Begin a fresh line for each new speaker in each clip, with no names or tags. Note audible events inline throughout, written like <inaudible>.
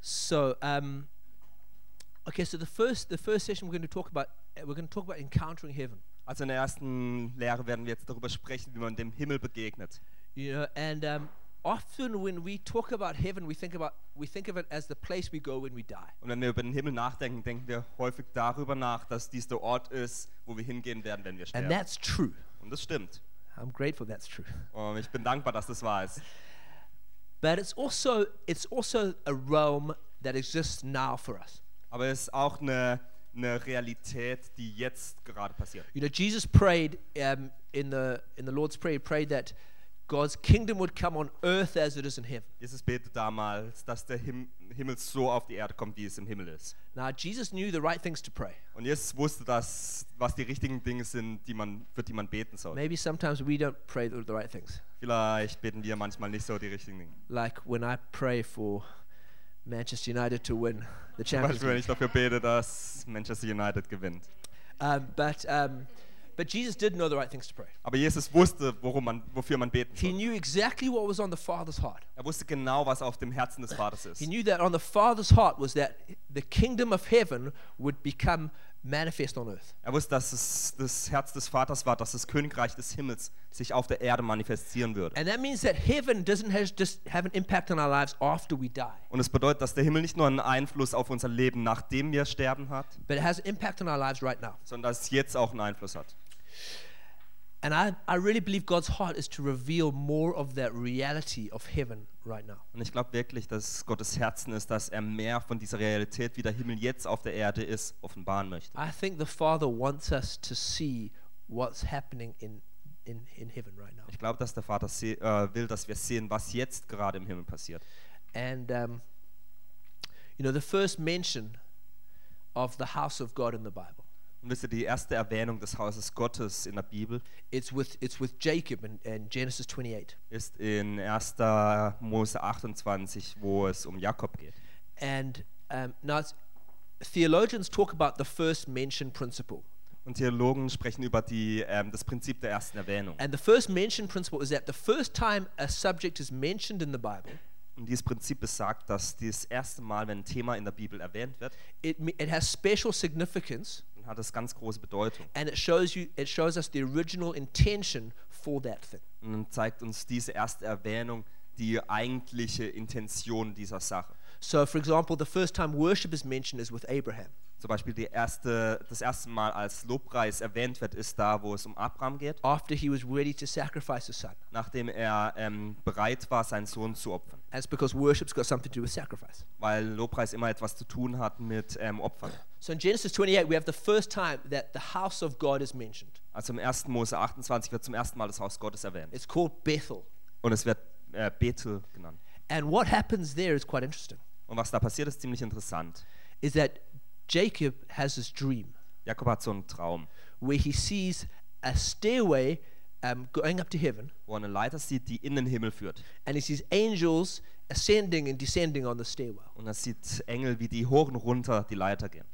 So, um, okay, so the first the first session we're going to talk about uh, we're going to talk about encountering heaven.
Also in der ersten Lehre werden wir jetzt darüber sprechen, wie man dem Himmel begegnet.
You know, and um, often when we talk about heaven, we think about we think of it as the place we go when we die.
Und wenn wir über den Himmel nachdenken, denken wir häufig darüber nach, dass dies der Ort ist, wo wir hingehen werden, wenn wir
And
sterben.
that's true.
Und das stimmt.
I'm grateful that's true.
Und ich bin dankbar, dass das wahr ist.
But it's also it's also a realm that exists now for us.
Aber es ist auch eine, eine Realität, die jetzt gerade passiert.
You know, Jesus prayed um, in the in the Lord's Prayer, he prayed that God's kingdom would come on earth as it is in heaven.
Jesus betet damals, dass der Him Himmel so auf die Erde kommt, wie es im Himmel ist.
Now, Jesus knew the right things to pray.
Und Jesus wusste, dass, was die richtigen Dinge sind, die man, für die man beten soll.
Maybe sometimes we don't pray the, the right things.
Vielleicht beten wir manchmal nicht so die richtigen Dinge.
Like when I pray for Manchester United to win the
Zum
Champions
Beispiel, wenn
League.
ich dafür bete, dass Manchester United gewinnt.
Um, but, um, but Jesus did know the right things to pray.
Aber Jesus wusste, worum man, wofür man beten
He
soll.
knew exactly what was on the Father's heart.
Er wusste genau, was auf dem Herzen des Vaters
He
ist.
knew that on the Father's heart was that the kingdom of heaven would become manifest on earth.
Er wusste, dass es das Herz des Vaters war, dass das Königreich des Himmels sich auf der Erde manifestieren würde.
And that means that heaven doesn't has just have an impact on our lives after we die,
Und es bedeutet, dass der Himmel nicht nur einen Einfluss auf unser Leben, nachdem wir sterben, hat,
but it has an impact on our lives right now.
sondern dass es jetzt auch einen Einfluss hat.
And I, I really believe God's heart is to reveal more of that reality of heaven right now.
Und ich glaube wirklich, dass es Gottes Herzen ist, dass er mehr von dieser Realität, wie der Himmel jetzt auf der Erde ist, offenbaren möchte.
I think the Father wants us to see what's happening in, in, in heaven right now.
Ich glaube, dass der Vater se- äh, will, dass wir sehen, was jetzt gerade im Himmel passiert.
And, um, you know, the first mention of the house of God in the Bible,
Und wisst ihr, die erste Erwähnung des Hauses Gottes in der Bibel
it's with, it's with Jacob in, in Genesis 28.
ist in 1. Mose 28, wo es um Jakob geht.
And um, now, it's, theologians talk about the first mention principle.
Und Theologen sprechen über die, ähm, das Prinzip der ersten Erwähnung.
And the first mention principle is that the first time a subject is mentioned in the Bible,
Und dieses Prinzip besagt, dass das erste Mal, wenn ein Thema in der Bibel erwähnt wird,
it, me- it has special significance
dann hat es ganz große Bedeutung.
and it shows, you, it shows us the original intention for that thing.
Und dann zeigt uns diese erste Erwähnung die eigentliche Intention dieser Sache.
So, for example, the first time worship is mentioned is with Abraham.
Zum Beispiel die erste, das erste Mal, als Lobpreis erwähnt wird, ist da, wo es um Abraham geht,
after he was ready to sacrifice his son.
nachdem er ähm, bereit war, seinen Sohn zu opfern.
And it's because worship's got something to do with sacrifice.
Weil Lobpreis immer etwas zu tun hat mit ähm, Opfern.
So in Genesis 28, we have the first time that the house of God is mentioned.
Also im 1. Mose 28 wird zum ersten Mal das Haus Gottes erwähnt.
It's called Bethel.
Und es wird äh, Bethel genannt.
And what happens there is quite interesting,
Und was da passiert, ist ziemlich interessant.
is that Jacob has this dream
Jakob hat so einen Traum,
where he sees a stairway um, going up to heaven,
wo er eine Leiter sieht, die in den Himmel führt.
and he sees angels ascending and descending on the stairwell.
Und er sieht Engel, wie die hoch und runter die Leiter gehen.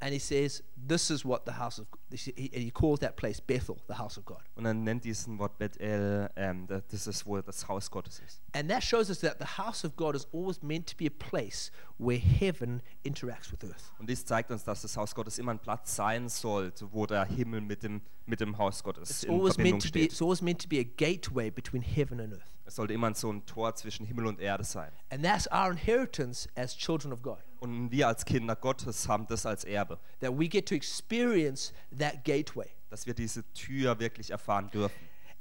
And he says, this is what the house of, he, he calls that place Bethel, the house of God.
Und er nennt diesen Wort Bethel, ähm, da- das ist wohl das Haus Gottes ist.
And that shows us that the house of God is always meant to be a place where heaven interacts with earth.
Und dies zeigt uns, dass das Haus Gottes immer ein Platz sein sollte, wo der Himmel mit dem, mit dem Haus Gottes
It's
in
always, meant
Verbindung
to be,
steht.
it's always meant to be a gateway between heaven and earth.
Es sollte immer so ein Tor zwischen Himmel und Erde sein.
And that's our inheritance as children of God,
Und wir als Kinder Gottes haben das als Erbe,
that we get to experience that gateway.
dass wir diese Tür wirklich erfahren dürfen.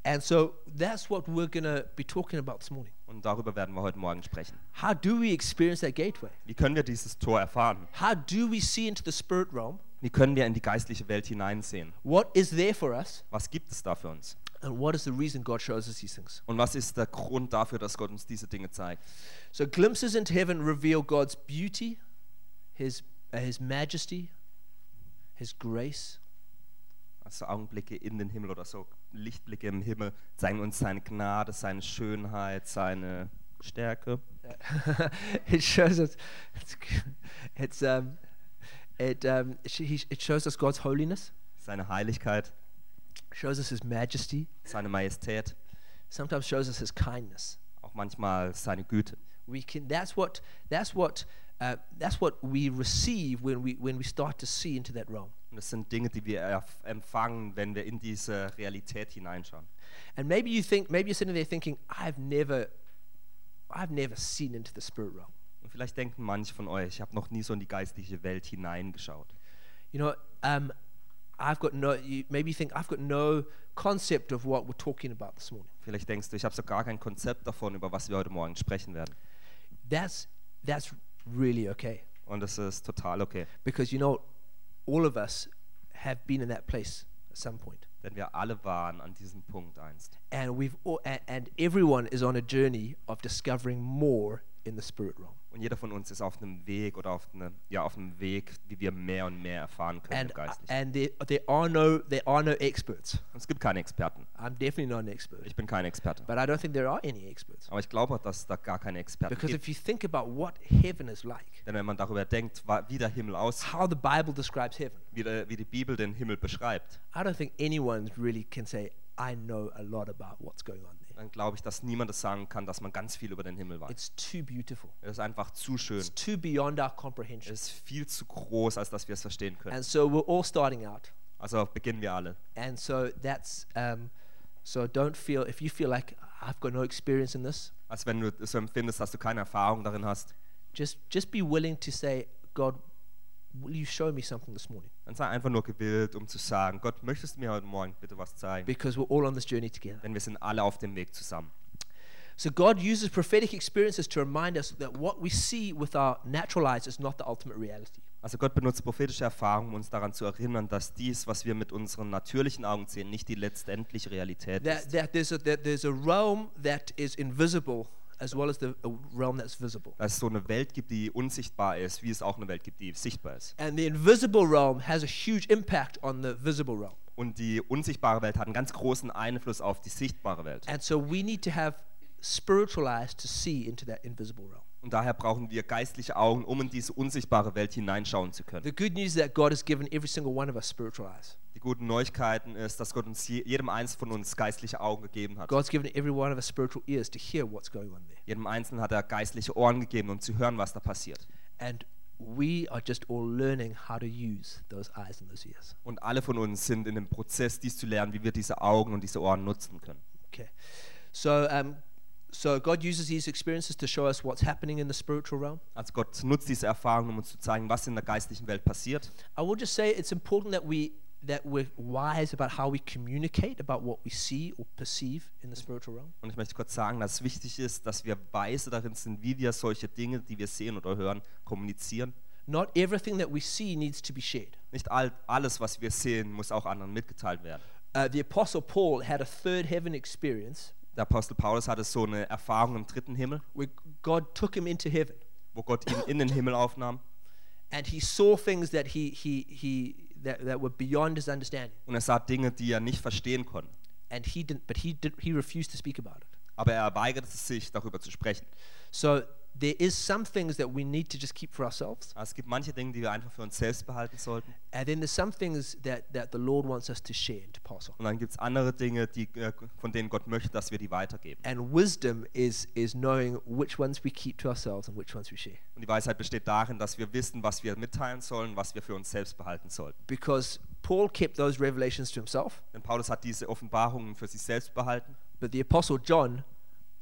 And so that's what we're going to be talking about this morning.
Und darüber werden wir heute Morgen sprechen.
How do we experience that gateway?
Wie können wir dieses Tor erfahren?
How do we see into the spirit realm?
Wie können wir in die geistliche Welt hineinsehen?
What is there for us?
Was gibt es da für uns?
And what is the reason God shows us these things?
Und was ist der Grund dafür, dass Gott uns diese Dinge zeigt?
So glimpses into heaven reveal God's beauty, His uh, His majesty, His grace, <laughs>
Also Augenblicke in den Himmel oder so Lichtblicke im Himmel zeigen uns seine Gnade, seine Schönheit, seine Stärke.
Uh, it shows us it's, it's um it um sh- he- it shows us God's holiness,
seine Heiligkeit,
shows us His majesty,
seine Majestät,
sometimes shows us His kindness.
auch manchmal seine Güte.
We can that's what that's what Uh, that's what we receive when we, when we start to see into that realm.
Und das sind Dinge, die wir erf- empfangen, wenn wir in diese Realität hineinschauen.
And maybe you think, maybe you're sitting there thinking, I've never, I've never seen into the spirit realm.
Und vielleicht denken manche von euch, ich habe noch nie so in die geistliche Welt hineingeschaut.
You know, um, I've got no. You, maybe you think I've got no concept of what we're talking about this morning.
Vielleicht denkst du, ich habe so gar kein Konzept davon, über was wir heute Morgen sprechen werden.
That's that's really okay
Und das ist total okay,
because you know, all of us have been in that place at some point,
denn wir alle waren an diesem Punkt einst.
and we've all, and, and everyone is on a journey of discovering more in the spirit realm.
Und jeder von uns ist auf einem Weg oder auf, einem- ja, auf einem Weg, wie wir mehr und mehr erfahren können
And
im Geistlichen.
and there, there are no there are no experts.
Und es gibt keine Experten.
I'm definitely not an expert,
Ich bin kein Experte.
but I don't think there are any experts
Aber ich glaube, dass da gar keine Experten
because
gibt.
if you think about what heaven is like,
Denn wenn man darüber denkt, wa- wie der Himmel aussieht,
how the Bible describes heaven.
wie, der, wie die Bibel den Himmel beschreibt,
I don't think anyone really can say, I know a lot about what's going on there.
dann glaube ich, dass niemand es sagen kann, dass man ganz viel über den Himmel weiß.
It's too beautiful.
Es ist einfach zu schön.
It's too beyond our
Es
comprehension.
ist viel zu groß, als dass wir es verstehen können.
And so we're all starting out.
Also beginnen wir alle.
And so that's, um, so don't feel, if you feel like I've got no experience in this,
Als wenn du es so empfindest, dass du keine Erfahrung darin hast,
just, just be willing to say, God, will you show me something this morning?
dann sei einfach nur gewillt, um zu sagen, Gott, möchtest du mir heute Morgen bitte was zeigen?
Because we're all on this journey together.
Denn wir sind alle auf dem Weg zusammen.
So God uses prophetic experiences to remind us that what we see with our natural eyes is not the ultimate reality.
Also Gott benutzt prophetische Erfahrungen, um uns daran zu erinnern, dass dies, was wir mit unseren natürlichen Augen sehen, nicht die letztendliche Realität
that,
ist.
that, there's a, that there's a realm that is invisible as well as the a realm that's visible.
Dass es so eine Welt gibt, die unsichtbar ist, wie es auch eine Welt gibt, die sichtbar ist.
And the invisible realm has a huge impact on the visible realm.
Und die unsichtbare Welt hat einen ganz großen Einfluss auf die sichtbare Welt.
And so we need to have spiritual eyes to see into that invisible realm.
Und daher brauchen wir geistliche Augen, um in diese unsichtbare Welt hineinschauen zu können.
The good news is that God has given every single one of us spiritual eyes.
Die guten Neuigkeiten ist, dass Gott uns je, jedem Einzelnen von uns geistliche Augen gegeben hat.
God's given every one of us spiritual ears to hear what's going on there.
Jedem Einzelnen hat er geistliche Ohren gegeben, um zu hören, was da passiert.
And we are just all learning how to use those eyes and those ears.
Und alle von uns sind in dem Prozess, dies zu lernen, wie wir diese Augen und diese Ohren nutzen können.
Okay. So, um, so God uses these experiences to show us what's happening in the spiritual realm.
Also Gott nutzt diese Erfahrung, um uns zu zeigen, was in der geistlichen Welt passiert.
I will just say it's important that we that we're wise about how we communicate about what we see or perceive in the spiritual realm.
Und ich möchte kurz sagen, dass es wichtig ist, dass wir weise darin sind, wie wir solche Dinge, die wir sehen oder hören, kommunizieren.
Not everything that we see needs to be shared.
Nicht all, alles, was wir sehen, muss auch anderen mitgeteilt werden.
Uh, the apostle Paul had a third heaven experience
Der Apostel Paulus hatte so eine Erfahrung im dritten Himmel,
where God took him into heaven
wo Gott ihn in den Himmel aufnahm.
and he saw things that he he he that, that were beyond his understanding
Und er sah Dinge, die er nicht verstehen konnte.
and he didn't but he did, he refused to speak about it.
Aber er weigerte sich, darüber zu sprechen.
So there is some things that we need to just keep for ourselves
Es gibt manche Dinge, die wir einfach für uns selbst behalten sollten.
and then there's some things that that the Lord wants us to share and to pass on.
Und dann gibt es andere Dinge, die, äh, von denen Gott möchte, dass wir die weitergeben.
And wisdom is is knowing which ones we keep to ourselves and which ones we share.
Und die Weisheit besteht darin, dass wir wissen, was wir mitteilen sollen, was wir für uns selbst behalten sollten.
Because Paul kept those revelations to himself,
Denn Paulus hat diese Offenbarungen für sich selbst behalten,
but the apostle John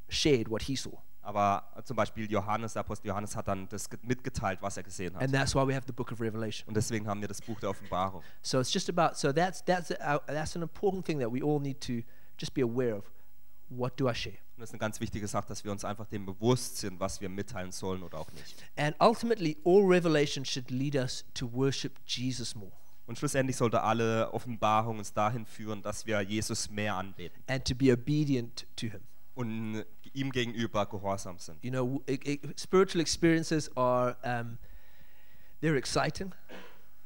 shared what he saw.
aber zum Beispiel Johannes, der Apostel Johannes, hat dann das ge- mitgeteilt, was er gesehen hat.
And that's why we have the book of Revelation.
Und deswegen haben wir das Buch der Offenbarung.
So it's just about so that's that's uh, that's an important thing that we all need to just be aware of. What do I share?
Und das ist eine ganz wichtige Sache, dass wir uns einfach dem bewusst sind, was wir mitteilen sollen oder auch nicht.
And ultimately all revelation should lead us to worship Jesus more
Und schlussendlich sollte alle Offenbarung uns dahin führen, dass wir Jesus mehr anbeten
and to be obedient to him.
und ihm gegenüber gehorsam sind.
You know, w- e- e- spiritual experiences are um, they're exciting.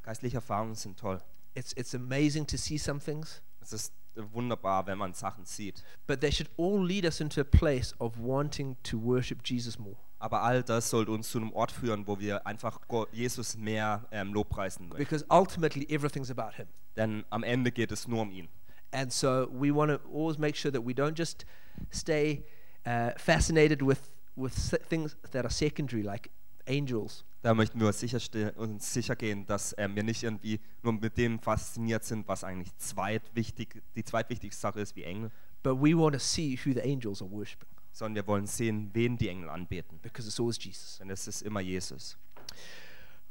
Geistliche Erfahrungen sind toll.
It's, it's amazing to see some things,
Es ist wunderbar, wenn man Sachen sieht.
but they should all lead us into a place of wanting to worship Jesus more.
Aber all das sollte uns zu einem Ort führen, wo wir einfach Go- Jesus mehr ähm, lobpreisen möchten.
Because ultimately, everything's about Him.
Denn am Ende geht es nur um ihn.
And so we want to always make sure that we don't just stay uh, fascinated with, with se- things that are secondary, like angels.
Da möchten wir uns sicher, ste- uns sicher gehen, dass ähm, wir nicht irgendwie nur mit dem fasziniert sind, was eigentlich zweitwichtig, die zweitwichtigste Sache ist wie Engel,
But we want to see who the angels are worshiping
sondern wir wollen sehen, wen die Engel anbeten.
because it's always Jesus.
Denn es ist immer Jesus.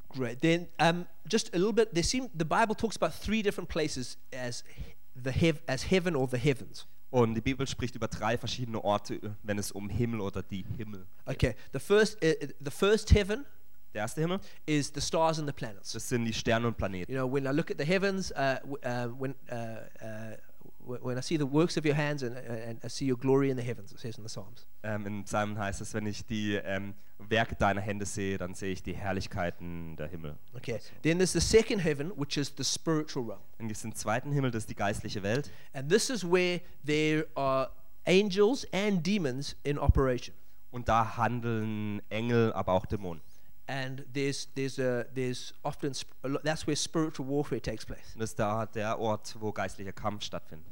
Great. Then, um, just a little bit. There seem the Bible talks about three different places as he- the heav- as heaven or the heavens.
Und die Bibel spricht über drei verschiedene Orte, wenn es um Himmel oder die Himmel.
Okay. The first, uh, uh, the first heaven
Der erste Himmel,
is the stars and the planets.
das sind die Sterne und Planeten.
You know, when I look at the heavens, uh, w- uh, when uh, uh, w- when I see the works of your hands and, uh, and I see your glory in the heavens, it says in the Psalms.
Ähm, in Psalmen heißt es, wenn ich die ähm, Werke deiner Hände sehe, dann sehe ich die Herrlichkeiten der Himmel.
Okay. Then there's the second heaven, which is the spiritual realm,
Dann gibt es den zweiten Himmel, das ist die geistliche Welt.
and this is where there are angels and demons in operation.
Und da handeln Engel, aber auch Dämonen.
and there's there's a there's often sp- a lo- that's where spiritual warfare takes place.
Und das ist da der Ort, wo geistlicher Kampf stattfindet.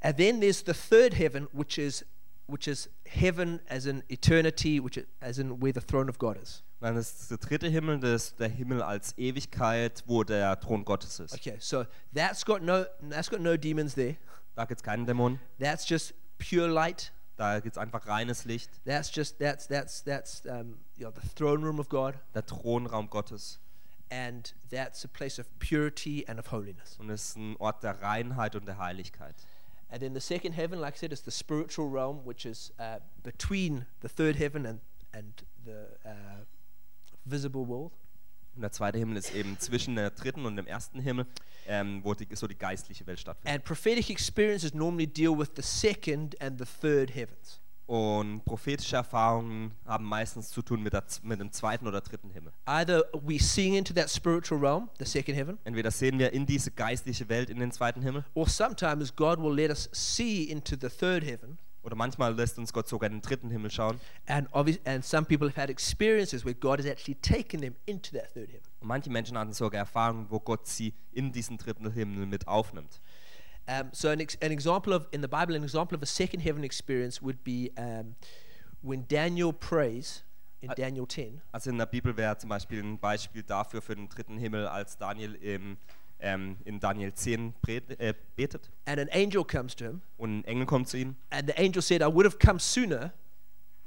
And then there's the third heaven, which is which is heaven as in eternity, which is, as in where the throne of God is.
Dann ist der dritte Himmel, das ist der Himmel als Ewigkeit, wo der Thron Gottes ist.
Okay, so that's got no that's got no demons there.
Da gibt es keinen Dämon,
That's just pure light.
da gibt es einfach reines Licht,
That's just that's that's that's um, you know, the throne room of God,
der Thronraum Gottes.
and that's a place of purity and of holiness.
Und es ist ein Ort der Reinheit und der Heiligkeit.
And then the second heaven, like I said, is the spiritual realm, which is uh, between the third heaven and, and the uh, visible world.
Und der zweite Himmel ist eben zwischen der dritten und dem ersten Himmel, ähm, wo die, so die geistliche Welt stattfindet.
And prophetic experiences normally deal with the second and the third heavens.
Und prophetische Erfahrungen haben meistens zu tun mit, der, z- mit dem zweiten oder dritten Himmel.
Either we're seeing into that spiritual realm, the second heaven,
Entweder sehen wir in diese geistliche Welt in den zweiten Himmel
or sometimes God will let us see into the third heaven.
oder manchmal lässt uns Gott sogar in den dritten Himmel schauen.
And, obvious, and some people have had experiences where God has actually taken them into that third heaven.
Und manche Menschen hatten sogar Erfahrungen, wo Gott sie in diesen dritten Himmel mit aufnimmt.
Um, so an, ex- an example of in the Bible, an example of a second heaven experience would be um, when Daniel prays in
I-
Daniel 10.
Also in der Bibel wäre zum Beispiel ein Beispiel dafür für den dritten Himmel, als Daniel im, ähm, in Daniel 10 pret- äh, betet
And an angel comes to him,
und ein Engel kommt zu ihm.
and the angel said, "I would have come sooner."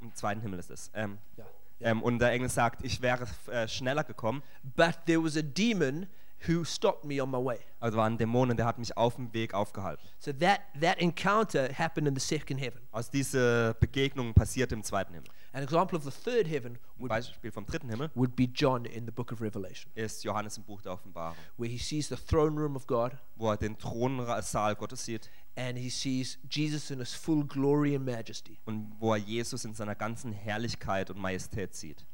Im zweiten Himmel ist es. Ähm,
Yeah.
ähm, und der Engel sagt, ich wäre äh, schneller gekommen,
But there was a demon who stopped me on my way.
Also war ein Dämon und der hat mich auf dem Weg aufgehalten.
So that that encounter happened in the second heaven.
Aus dieser Begegnung passiert im zweiten Himmel.
An example of the third heaven
Ein
would,
Beispiel vom dritten Himmel
would be John in the book of Revelation,
ist Johannes im Buch der Offenbarung,
where he sees the throne room of God
wo er den Thronsaal Gottes sieht
and he sees Jesus in his full glory and majesty.
und wo er Jesus in seiner ganzen Herrlichkeit und Majestät sieht.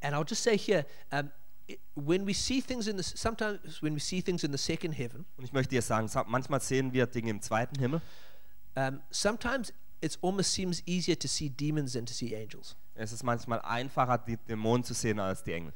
And I'll just say here, um, i when we see things in the s- sometimes when we see things in the second heaven,
Und ich möchte dir sagen, sa- manchmal sehen wir Dinge im zweiten Himmel.
um, sometimes it almost seems easier to see demons than to see angels.
Es ist manchmal einfacher, die Dämonen zu sehen als die Engel.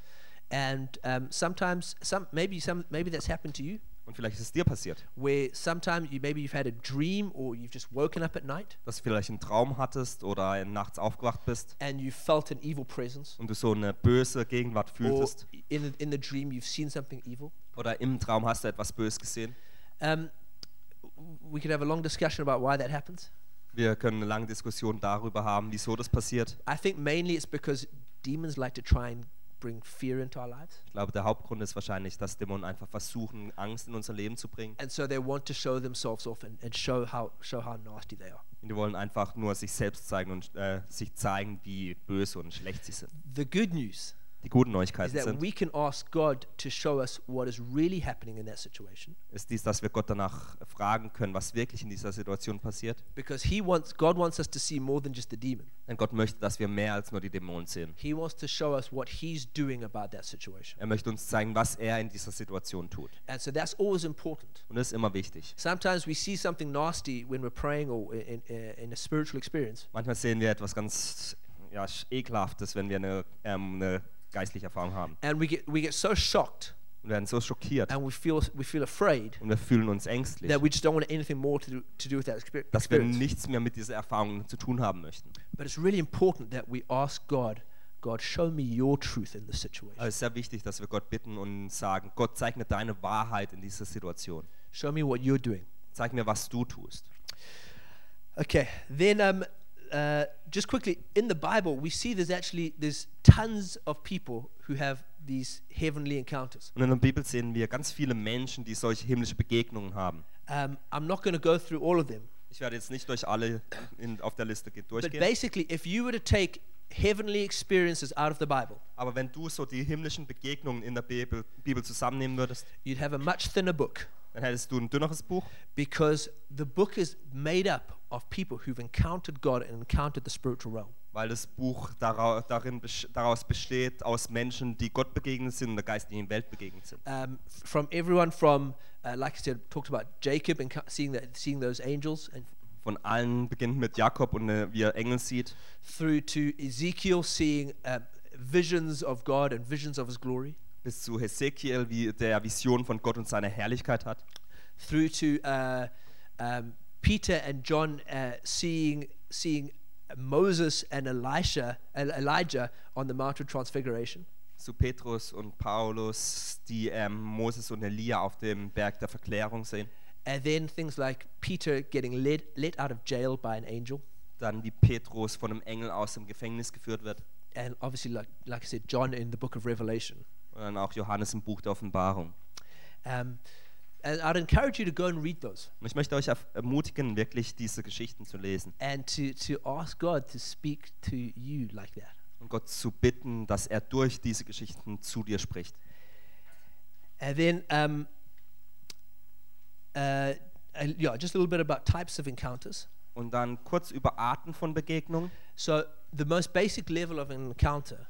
And um, sometimes, some maybe some maybe that's happened to you,
Und vielleicht ist es dir passiert,
where sometimes you maybe you've had a dream or you've just woken up at night
dass du vielleicht einen Traum hattest oder nachts aufgewacht bist
and you felt an evil presence,
und du so eine böse Gegenwart
or
fühltest.
in the, in the dream you've seen something evil.
Oder im Traum hast du etwas Böses gesehen.
Um, w- we could have a long discussion about why that happens.
Wir können eine lange Diskussion darüber haben, wieso das passiert.
I think mainly it's because demons like to try and bring fear into our lives.
Ich glaube, der Hauptgrund ist wahrscheinlich, dass Dämonen einfach versuchen, Angst in unser Leben zu bringen.
and so they want to show themselves off and, and show how show how nasty they are.
Und die wollen einfach nur sich selbst zeigen und äh, sich zeigen, wie böse und schlecht sie sind.
The good news
Die guten
is
Neuigkeiten
that
sind,
we can ask God to show us what is really happening in that situation
ist dies, dass wir Gott danach fragen können, was wirklich in dieser Situation passiert.
because he wants God wants us to see more than just the demon.
Denn Gott möchte, dass wir mehr als nur die Dämonen sehen.
He wants to show us what he's doing about that situation.
Er möchte uns zeigen, was er in dieser Situation tut.
And so that's always important.
Und das ist immer wichtig.
Sometimes we see something nasty when we're praying or in, in, in a spiritual experience,
Manchmal sehen wir etwas ganz ja, ekelhaftes, wenn wir eine, ähm, eine geistliche Erfahrung haben.
and we get we get so shocked
Wir werden so schockiert
and we feel we feel afraid
und wir fühlen uns ängstlich,
that we just don't want anything more to do, to do with that exper-
dass wir
experience.
nichts mehr mit dieser Erfahrung zu tun haben möchten.
But it's really important that we ask God God, show me your truth in this situation.
Aber es ist sehr wichtig, dass wir Gott bitten und sagen, Gott, zeig mir deine Wahrheit in dieser Situation.
Show me what you're doing.
Zeig mir, was du tust.
Okay, then um, uh, just quickly in the Bible, we see there's actually there's tons of people who have these heavenly encounters.
Und in der Bibel sehen wir ganz viele Menschen, die solche himmlische Begegnungen haben.
Um, I'm not going to go through all of them,
Ich werde jetzt nicht durch alle in, auf der Liste ge-
but
durchgehen,
basically, if you were to take heavenly experiences out of the Bible,
aber wenn du so die himmlischen Begegnungen in der Bibel, Bibel zusammennehmen würdest,
you'd have a much thinner book
dann hättest du ein dünneres Buch,
because the book is made up of people who've encountered God and encountered the spiritual realm.
weil das Buch darau- darin, besch- daraus besteht aus Menschen, die Gott begegnet sind und der geistigen Welt begegnet sind.
um, f- from everyone from, uh, like I said, talked about Jacob and co- seeing that, seeing those angels, and
Von allen beginnt mit Jakob und äh, wie er Engel sieht,
through to Ezekiel seeing um, visions of God and visions of His glory,
bis zu Hesekiel, wie der Vision von Gott und seiner Herrlichkeit hat,
through to uh, um, Peter and John uh, seeing seeing Moses and Elisha, El- Elijah on the Mount of Transfiguration,
zu Petrus und Paulus, die ähm, Moses und Elia auf dem Berg der Verklärung sehen.
and then things like Peter getting led let out of jail by an angel,
dann wie Petrus von einem Engel aus dem Gefängnis geführt wird
and obviously like like I said, John in the Book of Revelation.
und dann auch Johannes im Buch der Offenbarung.
Um, and I'd encourage you to go and read those
Und ich möchte euch erf- ermutigen, wirklich diese Geschichten zu lesen
and to, to ask God to speak to you like that.
und Gott zu bitten, dass er durch diese Geschichten zu dir spricht.
And then, um, uh, uh, yeah, just a little bit about types of encounters.
Und dann kurz über Arten von Begegnungen.
So, the most basic level of an encounter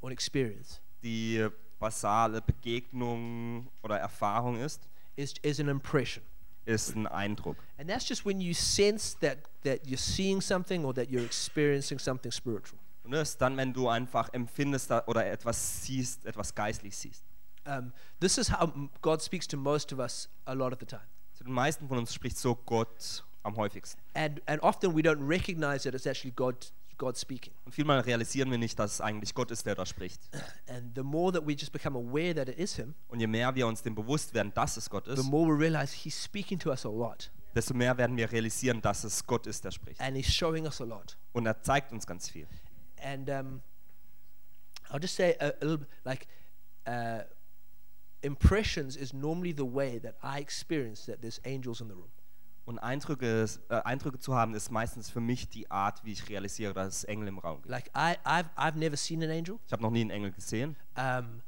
or an experience
Die basale Begegnung oder Erfahrung ist,
is, is an impression.
ist ein Eindruck.
And that's just when you sense that, that you're seeing something or that you're experiencing something spiritual.
Und das ne, ist dann, wenn du einfach empfindest da- oder etwas siehst, etwas geistlich siehst.
Um, this is how mm, God speaks to most of us a lot of the time.
Zu den meisten von uns spricht so Gott am häufigsten.
And, and often we don't recognize that it's actually God, God speaking. <clears throat>
Und vielmal realisieren wir nicht, dass es eigentlich Gott ist, der da spricht.
And the more that we just become aware that it is Him,
Und je mehr wir uns dem bewusst werden, dass es Gott
the
ist,
more we realize He's speaking to us a lot
desto mehr werden wir realisieren, dass es Gott ist, der spricht.
and He's showing us a lot.
Und er zeigt uns ganz viel.
And um, I'll just say a, a little bit like uh, impressions is normally the way that I experience that there's angels in the room.
Und Eindrücke, äh, Eindrücke zu haben, ist meistens für mich die Art, wie ich realisiere, dass es Engel im Raum gibt.
Like I, I've, I've never seen an angel,
Ich habe noch nie einen Engel gesehen,
um,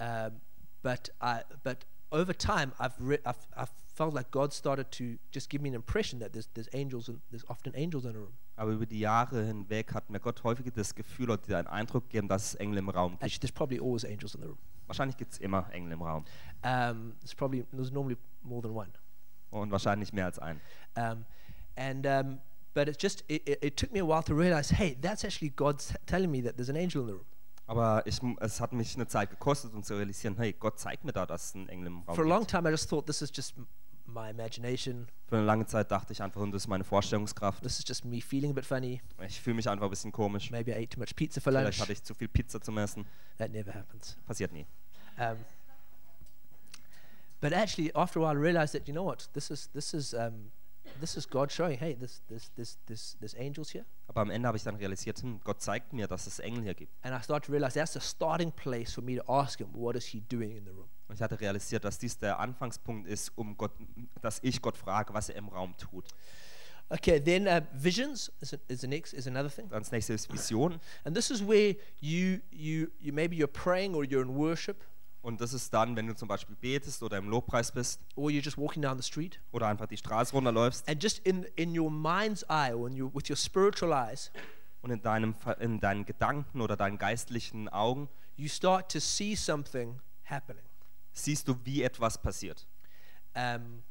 um, but I, but over time I've, re- I've I've felt like God started to just give me an impression that there's there's angels and there's often angels in the room.
aber über die Jahre hinweg hat mir Gott häufig das Gefühl oder den Eindruck gegeben, dass es Engel im Raum gibt.
Actually, there's probably always angels in the room.
Wahrscheinlich gibt es immer Engel im Raum.
Um, there's probably there's normally more than one,
Und wahrscheinlich mehr als einen.
um, and um, but it just it, it, it took me a while to realize, hey, that's actually God t- telling me that there's an angel in the room.
Aber ich, mu- es hat mich eine Zeit gekostet, um zu realisieren, hey, Gott zeigt mir da, dass es einen Engel im Raum
For a
gibt.
long time, I just thought this is just m- my imagination.
Für eine lange Zeit dachte ich einfach, und das ist meine Vorstellungskraft.
This is just me feeling a bit funny.
Ich fühle mich einfach ein bisschen komisch.
Maybe I ate too much pizza for lunch.
Vielleicht hatte ich zu viel Pizza zum Essen.
That never happens.
Passiert nie.
Um, but actually, after a while, I realized that you know what? This is this is um, this is God showing. Hey, this this this this this angels here,
Aber am Ende habe ich dann realisiert, hm, Gott zeigt mir, dass es Engel hier gibt.
and I started to realize that's the starting place for me to ask Him, what is He doing in the room?
Und ich hatte realisiert, dass dies der Anfangspunkt ist, um Gott, dass ich Gott frage, was er im Raum tut.
Okay, then uh, visions is, a, is the next is another thing,
Dann das nächste ist Vision.
and this is where you you you maybe you're praying or you're in worship
Und das ist dann, wenn du zum Beispiel betest oder im Lobpreis bist
or you're just walking down the street,
oder einfach die Straße runterläufst
and just in in your mind's eye or in your, with your spiritual eyes,
und in, deinem, Ver- in deinen Gedanken oder deinen geistlichen Augen
you start to see something happening.
siehst du, wie etwas passiert.
Um,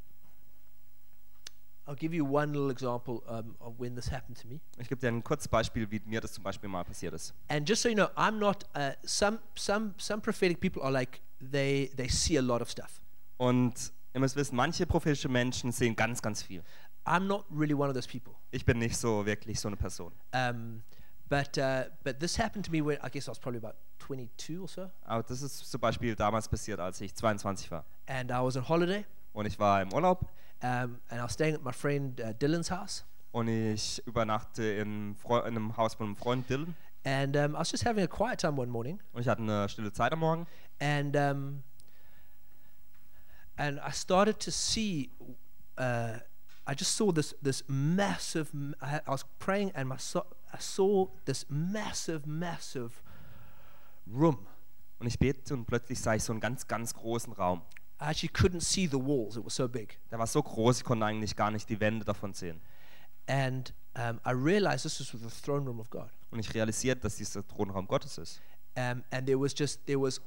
I'll give you one little example um, of when this happened to me.
Ich gebe dir ein kurzes Beispiel, wie mir das zum Beispiel mal passiert ist.
And just so you know, I'm not. Uh, some some some prophetic people are like they they see a lot of stuff.
Und ihr müsst wissen, manche prophetische Menschen sehen ganz, ganz viel.
I'm not really one of those people.
Ich bin nicht so wirklich so eine Person.
Um, But, uh, but this happened to me when I guess I was probably about 22 or so.
Aber das ist zum Beispiel damals passiert, als ich 22 war.
And I was on holiday
Und ich war im Urlaub
um, and I was staying at my friend uh, Dylan's house.
und ich übernachte in, Freu in einem Haus von einem Freund Dylan.
And um, I was just having a quiet time one morning.
Und ich hatte eine stille Zeit am Morgen
And, um, and I started to see, uh, I just saw this, this massive, m- I, had- I was praying and my so, I saw this massive, massive room.
und ich betete und plötzlich sah ich so einen ganz, ganz großen Raum.
I actually couldn't see the walls, it was so big.
Der war so groß, ich konnte eigentlich gar nicht die Wände davon sehen.
And um, I realized this was the throne room of God.
Und ich realisierte, dass dies der Thronraum Gottes ist.
Um, and there was just, there was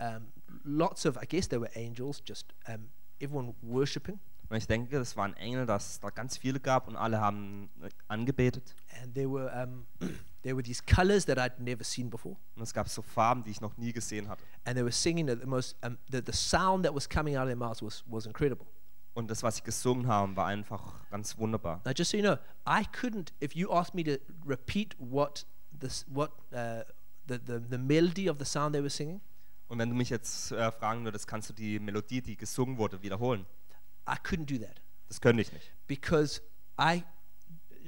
um, lots of, I guess there were angels, just um, everyone worshiping.
Und ich denke, das waren Engel, dass es da ganz viele gab und alle haben äh, angebetet.
and there were um, <clears throat> there were these colors that I'd never seen before,
Und es gab so Farben, die ich noch nie gesehen hatte.
and they were singing that the most um, the, the sound that was coming out of their mouths was was incredible.
Und das, was sie gesungen haben, war einfach ganz wunderbar.
Now, just so you know, I couldn't. If you asked me to repeat what this what uh, the, the the melody of the sound they were singing,
Und wenn du mich jetzt äh, fragen würdest, kannst du die Melodie, die gesungen wurde, wiederholen?
I couldn't do that
Das könnte ich nicht,
because I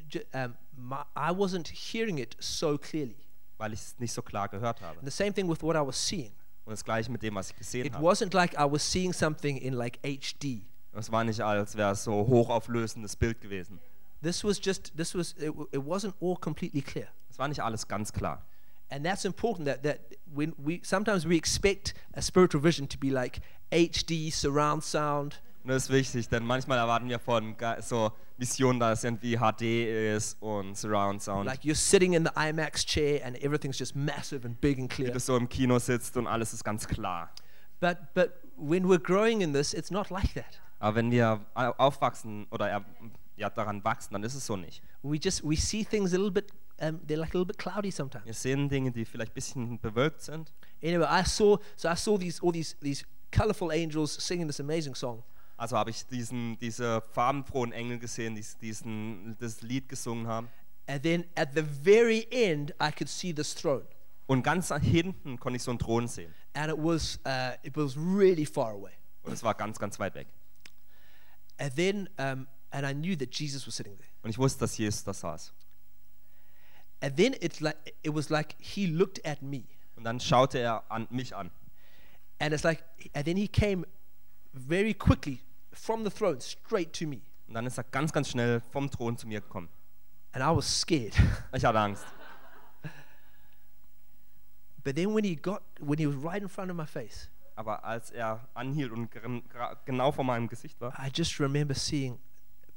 j- um, my, I wasn't hearing it so clearly.
weil ich es nicht so klar gehört habe.
And the same thing with what I was seeing.
Und das gleiche mit dem, was ich gesehen
It
habe.
wasn't like I was seeing something in like HD.
Es war nicht, als wäre es so hochauflösendes Bild gewesen.
This was just this was it, w- it wasn't all completely clear.
Es war nicht alles ganz klar.
And that's important that, that when we sometimes we expect a spiritual vision to be like HD surround sound
Und das ist wichtig, denn manchmal erwarten wir von ge- so Visionen, dass irgendwie HD ist und Surround Sound.
like you're sitting in the IMAX chair and everything's just massive and big and
wie
clear.
du so im Kino sitzt und alles ist ganz klar.
But but when we're growing in this it's not like that.
Aber wenn wir au- aufwachsen oder er- ja, daran wachsen, dann ist es so nicht.
We just we see things a little bit um, they're like a little bit cloudy sometimes.
Wir sehen Dinge, die vielleicht ein bisschen bewölkt sind.
Anyway, I saw so I saw these all these these colorful angels singing this amazing song.
Also habe ich diesen, diese farbenfrohen Engel gesehen, die diesen, das Lied gesungen haben.
And then at the very end I could see this throne.
Und ganz hinten konnte ich so einen Thron sehen.
And it was uh, it was really far away.
Und es war ganz, ganz weit weg.
And then, um, and I knew that Jesus was sitting there.
Und ich wusste, dass Jesus da saß.
And then it's like it was like he looked at me,
Und dann schaute er an, mich an.
and it's like, and then he came very quickly from the throne straight to me,
Und dann ist er ganz, ganz schnell vom Thron zu mir gekommen.
and I was scared. <laughs>
Ich hatte Angst.
but then when he got, when he was right in front of my face,
Aber als er anhielt und gren- gra- genau vor meinem Gesicht war,
I just remember seeing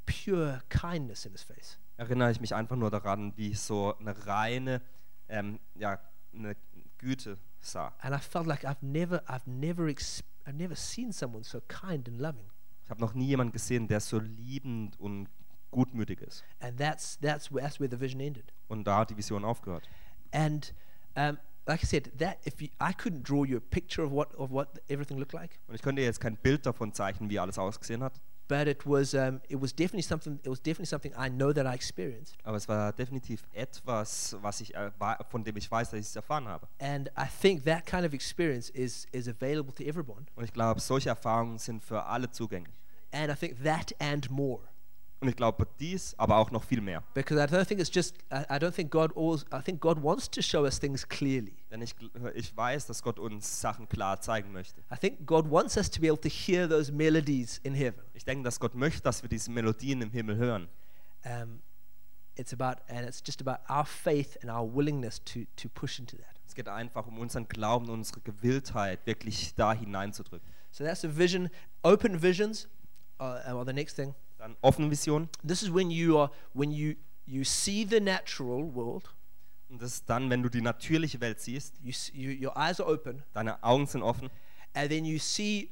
pure kindness in his face.
erinnere ich mich einfach nur daran, wie ich so eine reine ähm, ja, eine Güte sah.
And I felt like I've never, I've never, ex- I've never seen someone so kind and loving.
Ich habe noch nie jemanden gesehen, der so liebend und gutmütig ist.
And that's that's where, that's where the vision ended.
Und da hat die Vision aufgehört.
And um, like I said, that if you, I couldn't draw you a picture of what of what everything looked like,
Und ich könnte jetzt kein Bild davon zeichnen, wie alles ausgesehen hat,
but it was um, it was definitely something. It was definitely something I know that I experienced,
aber es war definitiv etwas, was ich, erwa- von dem ich weiß, dass ich es erfahren habe.
and I think that kind of experience is is available to everyone.
Und ich glaube, solche Erfahrungen sind für alle zugänglich.
And I think that and more,
Und ich glaube, dies, aber auch noch viel mehr.
because I don't think it's just. I, I don't think God always. I think God wants to show us things clearly.
Denn ich, gl- ich weiß, dass Gott uns Sachen klar zeigen möchte.
I think God wants us to be able to hear those melodies in heaven.
Ich denke, dass Gott möchte, dass wir diese Melodien im Himmel hören.
Um, it's about and it's just about our faith and our willingness to to push into that.
Es geht einfach um unseren Glauben, unsere Gewilltheit, wirklich da hineinzudrücken.
So that's a vision. Open visions uh, are the next thing.
Dann offene Vision.
This is when you are when you you see the natural world.
Und das ist dann, wenn du die natürliche Welt siehst,
You, s you your eyes are open,
deine Augen sind offen
and then you see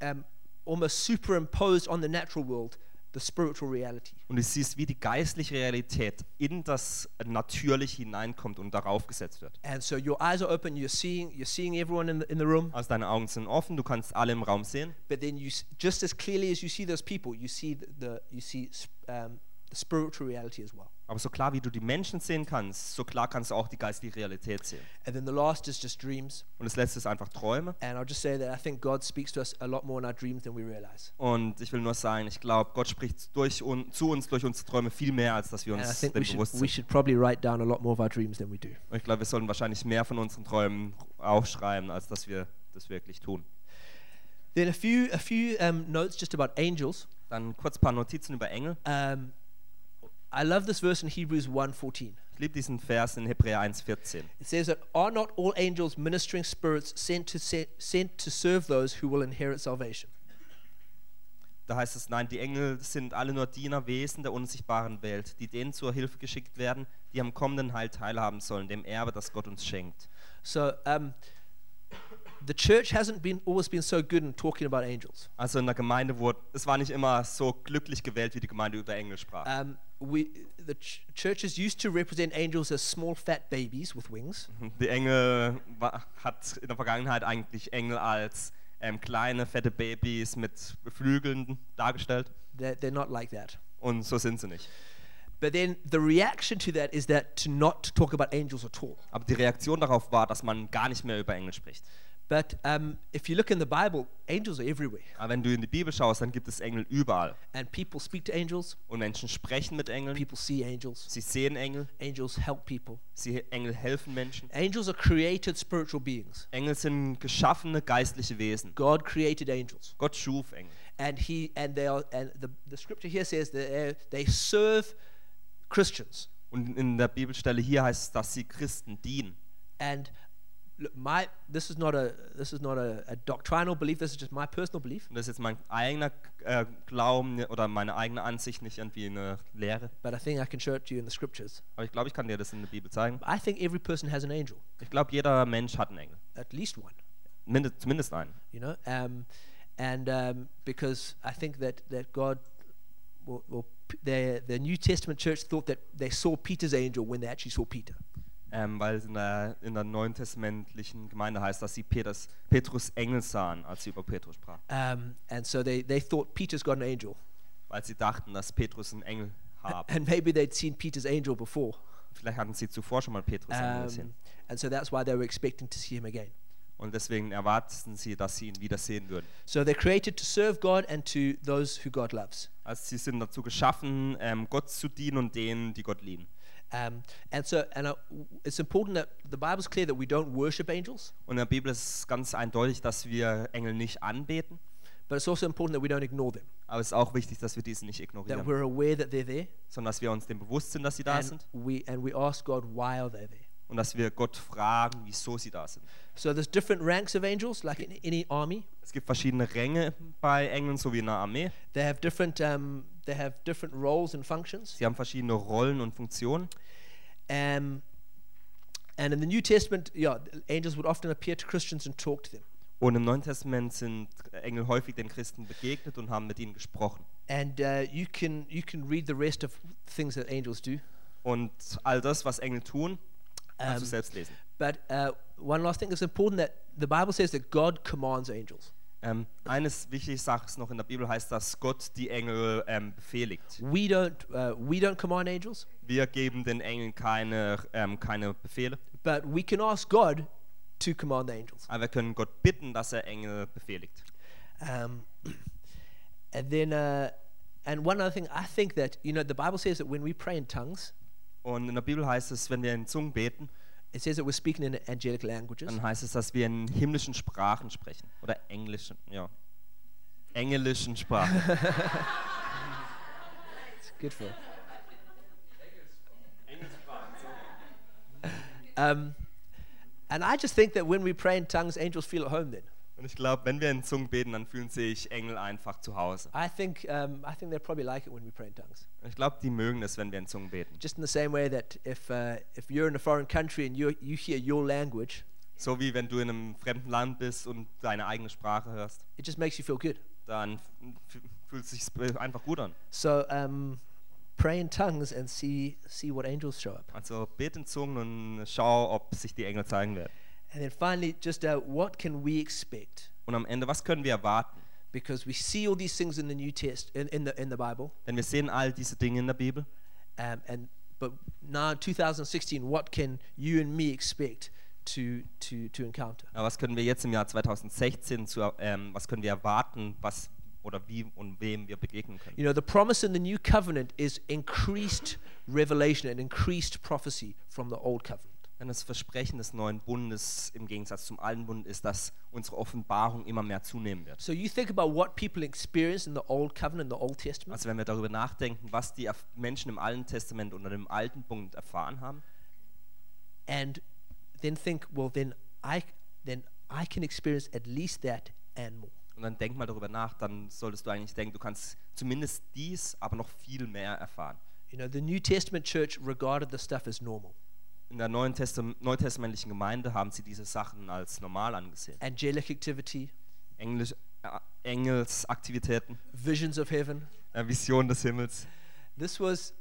um, almost superimposed on the natural world the spiritual reality.
und du siehst, wie die geistliche Realität in das Natürliche hineinkommt und darauf gesetzt wird.
And so your eyes are open. You're seeing you're seeing everyone in the, in the room,
Also deine Augen sind offen, du kannst alle im Raum sehen.
but then you s- just as clearly as you see those people, you see the, the you see s- um, the spiritual reality as well.
Aber so klar, wie du die Menschen sehen kannst, so klar kannst du auch die geistige Realität sehen.
And then the last is just dreams.
Und das letzte ist einfach Träume.
And I'll just say that I think God speaks to us a lot more in our dreams than we realize.
Und ich will nur sagen, ich glaube, Gott spricht durch un, zu uns durch unsere Träume viel mehr, als dass wir
And I
uns
think
dem
we should,
bewusst
we
sind.
should probably write down a lot more of our dreams than we do.
Und ich glaube, wir sollen wahrscheinlich mehr von unseren Träumen aufschreiben, als dass wir das wirklich tun.
Then a few, a few um, notes just about angels.
Dann kurz ein paar Notizen über Engel.
Um, I love this verse in Hebrews 1.14.
Ich liebe diesen Vers in Hebräer 1,14.
It says that, Are not all angels ministering spirits sent to, se- sent to serve those who will inherit salvation?
Da heißt es, nein, die Engel sind alle nur Dienerwesen der unsichtbaren Welt, die denen zur Hilfe geschickt werden, die am kommenden Heil teilhaben sollen, dem Erbe, das Gott uns schenkt.
So um, the church hasn't been always been so good in talking about angels.
Also in der Gemeinde wurde, es war nicht immer so glücklich gewählt, wie die Gemeinde über Engel sprach.
Um, we, the ch- churches used to represent angels as small fat babies with wings.
Die Engel wa- hat in der Vergangenheit eigentlich Engel als ähm, kleine, fette Babys mit Flügeln dargestellt.
They're, they're not like that.
Und so sind sie nicht.
But then the reaction to that is that to not talk about angels at all.
Aber die Reaktion darauf war, dass man gar nicht mehr über Engel spricht.
But um, if you look in the Bible, angels are everywhere,
Aber wenn du in die Bibel schaust, dann gibt es Engel überall.
and people speak to angels,
Und Menschen sprechen mit Engeln,
people see angels,
sie sehen Engel,
angels help people.
sie, Engel helfen Menschen.
Angels are created spiritual beings.
Engel sind geschaffene geistliche Wesen.
God created angels,
Gott schuf Engel.
and he and they are and the, the scripture here says that they, they serve Christians.
Und in der Bibelstelle hier heißt es, dass sie Christen dienen.
And look, my this is not a this is not a, a doctrinal belief. This is just my personal belief.
Und das ist jetzt mein eigener äh, Glauben oder meine eigene Ansicht, nicht irgendwie eine Lehre.
But I think I can show it to you in the scriptures.
Aber ich glaube, ich kann dir das in der Bibel zeigen.
I think every person has an angel,
Ich glaube, jeder Mensch hat einen Engel.
at least one.
Minde, zumindest einen.
You know, um, and um, because I think that that God. Well, well, p- the, the New Testament church thought that they saw Peter's angel when they actually saw Peter.
Ähm, weil es in der, in der neuen testamentlichen Gemeinde heißt, dass sie Peters, Petrus Engel sahen, als sie über Petrus sprachen.
Um, and so they, they thought Peter's got an angel.
Weil sie dachten, dass Petrus einen Engel habe.
And maybe they'd seen Peter's angel before.
Vielleicht hatten sie zuvor schon mal Petrus Engel
Um,
gesehen.
and so that's why they were expecting to see him again.
Und deswegen erwarteten sie, dass sie ihn wiedersehen würden.
So they're created to serve God and to those who God loves.
Also sie sind dazu geschaffen, ähm, Gott zu dienen und denen, die Gott lieben.
Um, and so and uh, it's important that the Bible's clear that we don't worship angels,
Und in der Bibel ist es ganz eindeutig, dass wir Engel nicht anbeten,
but it's also important that we don't ignore them,
aber es ist auch wichtig, dass wir diesen nicht
that
ignorieren,
we're aware that they're there
sondern dass wir uns dem bewusst sind, dass sie da
and
sind
we, and we ask God, why are they there?
und dass wir Gott fragen, wieso sie da sind.
So there's different ranks of angels, like in any army.
Es gibt verschiedene Ränge bei Engeln, so wie in der Armee.
They have different, um, they have different roles and functions.
Sie haben verschiedene Rollen und Funktionen.
Um, and in the New Testament, yeah, angels would often appear to Christians and talk to them.
Und im Neuen Testament sind Engel häufig den Christen begegnet und haben mit ihnen gesprochen.
And uh, you can you can read the rest of things that angels do.
Und all das, was Engel tun, kannst du
Ähm,
selbst lesen.
But uh, one last thing is important that the Bible says that God commands angels.
Ähm, eines wichtige Sache ist noch in der Bibel heißt, dass Gott die Engel ähm, befehligt.
We don't uh, we don't command angels,
Wir geben den Engeln keine, ähm, keine Befehle,
but we can ask God to command the angels.
aber wir können Gott bitten, dass er Engel befehligt.
Um, <clears throat> and then uh, and one other thing, I think that you know the Bible says that when we pray in tongues,
Und in der Bibel heißt es, wenn wir in Zungen beten,
it says that we're speaking in angelic languages.
dann heißt es, dass wir in himmlischen Sprachen sprechen oder englischen, ja, englischen Sprachen.
It's good for. <laughs> Um, and I just think that when we pray in tongues, angels feel at home. Then
Und ich glaube, wenn wir in Zungen beten, dann fühlen sich Engel einfach zu Hause.
I think um, I think they probably like it when we pray in tongues.
Ich glaube, die mögen es, wenn wir in Zungen beten.
Just in the same way that if uh, if you're in a foreign country and you you hear your language,
So wie wenn du in einem fremden Land bist und deine eigene Sprache hörst.
it just makes you feel good.
dann f- f- fühlt es sich einfach gut an.
So um, pray in tongues and see see what angels show up.
Also bete in Zungen und schau, ob sich die Engel zeigen werden.
And then finally, just uh, what can we expect?
Und am Ende, was können wir erwarten?
Because we see all these things in the New Test in, in the in the Bible.
Denn wir sehen all diese Dinge in der Bibel
Um, and But now, 2016, what can you and me expect to, to, to encounter?
Aber was können wir jetzt im Jahr 2016 zu, er- ähm, was können wir erwarten, was oder wie und wem wir begegnen können?
You know, the promise in the new covenant is increased revelation and increased prophecy from the old covenant.
Denn das Versprechen des neuen Bundes im Gegensatz zum alten Bund ist, dass unsere Offenbarung immer mehr zunehmen wird.
So you think about what people experienced in the old covenant, the Old Testament,
Also wenn wir darüber nachdenken, was die Erf- Menschen im Alten Testament unter dem alten Bund erfahren haben,
and then think, well, then I, then I can experience at least that and more.
und dann denk mal darüber nach, dann solltest du eigentlich denken, du kannst zumindest dies, aber noch viel mehr erfahren.
You know, the New Testament church regarded this stuff as normal,
In der Neuen Testam neutestamentlichen Gemeinde haben sie diese Sachen als normal angesehen.
angelic activity,
Englisch, äh, Engelsaktivitäten,
visions of heaven.
äh, Vision des Himmels,
This was,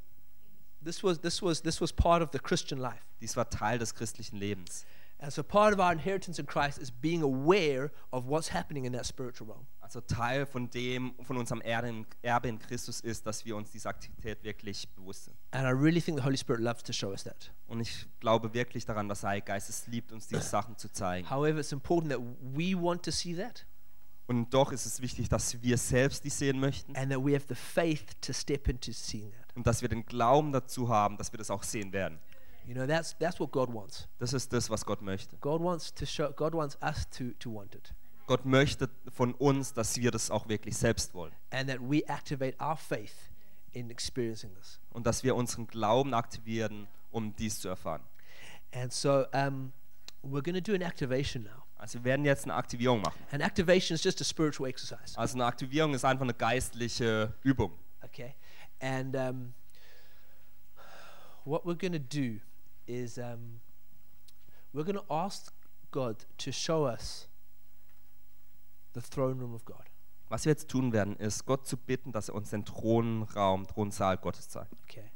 this was, this was, this was part of the Christian life.
dies war Teil des christlichen Lebens.
And so part of our inheritance in Christ is being aware of what's happening in that spiritual realm.
Also Teil von dem, von unserem Erbe in, Erbe in Christus ist, dass wir uns diese Aktivität wirklich bewusst sind.
And I really think the Holy Spirit loves to show us that.
Und ich glaube wirklich daran, dass der Heilige Geist es liebt, uns diese Sachen zu zeigen.
However, it's important that we want to see that
Und doch ist es wichtig, dass wir selbst dies sehen möchten
and that we have the faith to step into seeing that.
und dass wir den Glauben dazu haben, dass wir das auch sehen werden.
You know, that's, that's what God wants.
Das ist das, was Gott möchte.
God wants to show, God wants us to, to want it
Gott möchte von uns, dass wir das auch wirklich selbst wollen
and that we activate our faith in experiencing this.
und dass wir unseren Glauben aktivieren, um dies zu erfahren.
And so um, we're going to do an activation now.
Also wir werden jetzt eine Aktivierung machen.
An activation is just a spiritual exercise.
Also eine Aktivierung ist einfach eine geistliche Übung.
Okay. And um, what we're going to do is um, we're going to ask God to show us the throne room of God.
Was wir jetzt tun werden, ist, Gott zu bitten, dass er uns den Thronraum, Thronsaal Gottes zeigt.
Okay.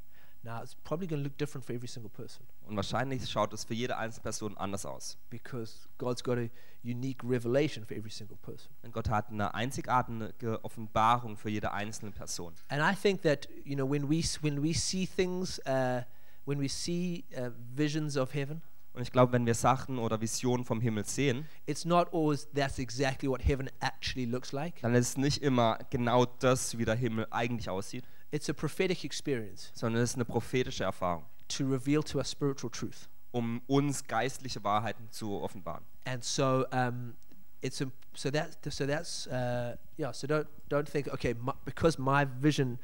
Now, it's probably going to look different for every single person
Und wahrscheinlich schaut es für jede einzelne Person anders aus.
because God's got a unique revelation for every single person.
Denn Gott hat eine einzigartige Offenbarung für jede einzelne Person.
And I think that, you know, when we, s- when we see things, uh, when we see uh, visions of heaven,
Und ich glaube, wenn wir Sachen oder Visionen vom Himmel sehen,
it's not always that's exactly what heaven actually looks like.
dann ist es nicht immer genau das, wie der Himmel eigentlich aussieht,
It's a prophetic experience.
sondern es ist eine prophetische Erfahrung,
to reveal to us spiritual truth.
um uns geistliche Wahrheiten zu offenbaren.
And so um, it's a, so that so that's uh, yeah. So don't don't think okay my, because my vision,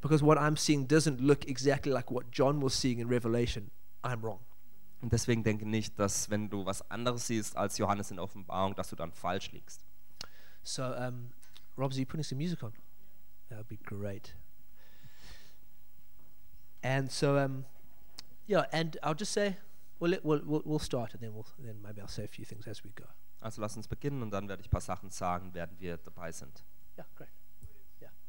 because what I'm seeing doesn't look exactly like what John was seeing in Revelation. I'm wrong.
Und deswegen denke nicht, dass wenn du was anderes siehst als Johannes in der Offenbarung, dass du dann falsch liegst.
So um, Rob's, are you putting some music on? That would be great. And so um, yeah, and I'll just say we'll let- we'll we'll, we'll start and then we'll then maybe I'll say a few things as we go.
Also lass uns beginnen und dann werde ich ein paar Sachen sagen, während wir dabei sind.
Yeah, great.